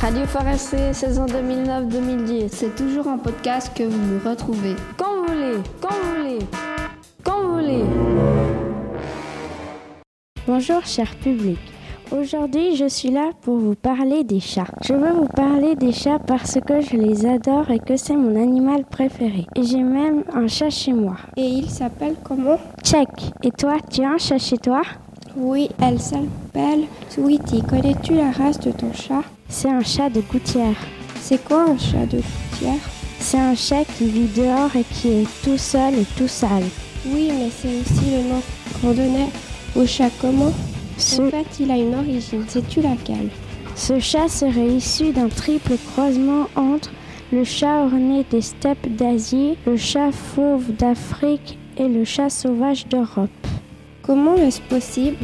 Radio Forestier, saison 2009-2010. C'est toujours en podcast que vous nous retrouvez. Quand vous voulez, quand vous voulez, quand vous voulez. Bonjour cher public. Aujourd'hui, je suis là pour vous parler des chats. Je veux vous parler des chats parce que je les adore et que c'est mon animal préféré. Et j'ai même un chat chez moi. Et il s'appelle comment Check. Et toi, tu as un chat chez toi Oui, elle s'appelle Sweetie. Connais-tu la race de ton chat C'est un chat de gouttière. C'est quoi un chat de gouttière C'est un chat qui vit dehors et qui est tout seul et tout sale. Oui, mais c'est aussi le nom qu'on donnait au chat comment Ce, En fait, il a une origine, sais-tu laquelle ce chat serait issu d'un triple croisement entre le chat orné des steppes d'Asie, le chat fauve d'Afrique et le chat sauvage d'Europe. Comment est-ce possible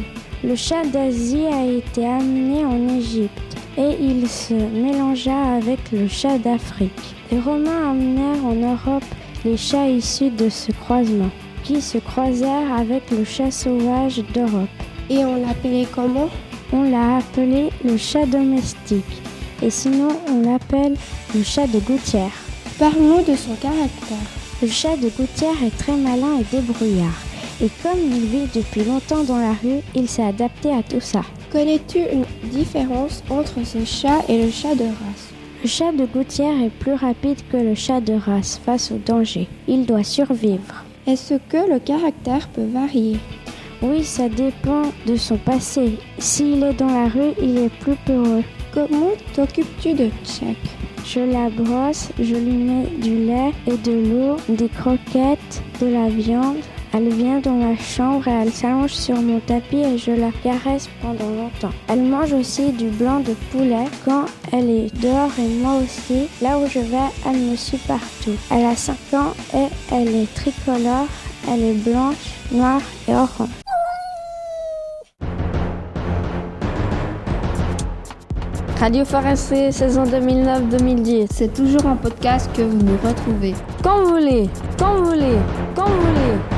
Le chat d'Asie a été amené en Égypte et il se mélangea avec le chat d'Afrique. Les Romains amenèrent en Europe les chats issus de ce croisement, qui se croisèrent avec le chat sauvage d'Europe. Et on l'appelait comment On l'a appelé le chat domestique et sinon on l'appelle le chat de gouttière. Parlons de son caractère. Le chat de gouttière est très malin et débrouillard. Et comme il vit depuis longtemps dans la rue, il s'est adapté à tout ça. Connais-tu une différence entre ce chat et le chat de race Le chat de gouttière est plus rapide que le chat de race face au danger. Il doit survivre. Est-ce que le caractère peut varier Oui, ça dépend de son passé. S'il est dans la rue, il est plus peureux. Comment t'occupes-tu de Jack Je la brosse, je lui mets du lait et de l'eau, des croquettes, de la viande. Elle vient dans ma chambre et elle s'allonge sur mon tapis et je la caresse pendant longtemps. Elle mange aussi du blanc de poulet quand elle est dehors et moi aussi. Là où je vais, elle me suit partout. Elle a 5 ans et elle est tricolore. Elle est blanche, noire et orange. Radio Forestier, saison 2009-2010. C'est toujours en podcast que vous nous retrouvez. Quand vous voulez, quand vous voulez, quand vous voulez.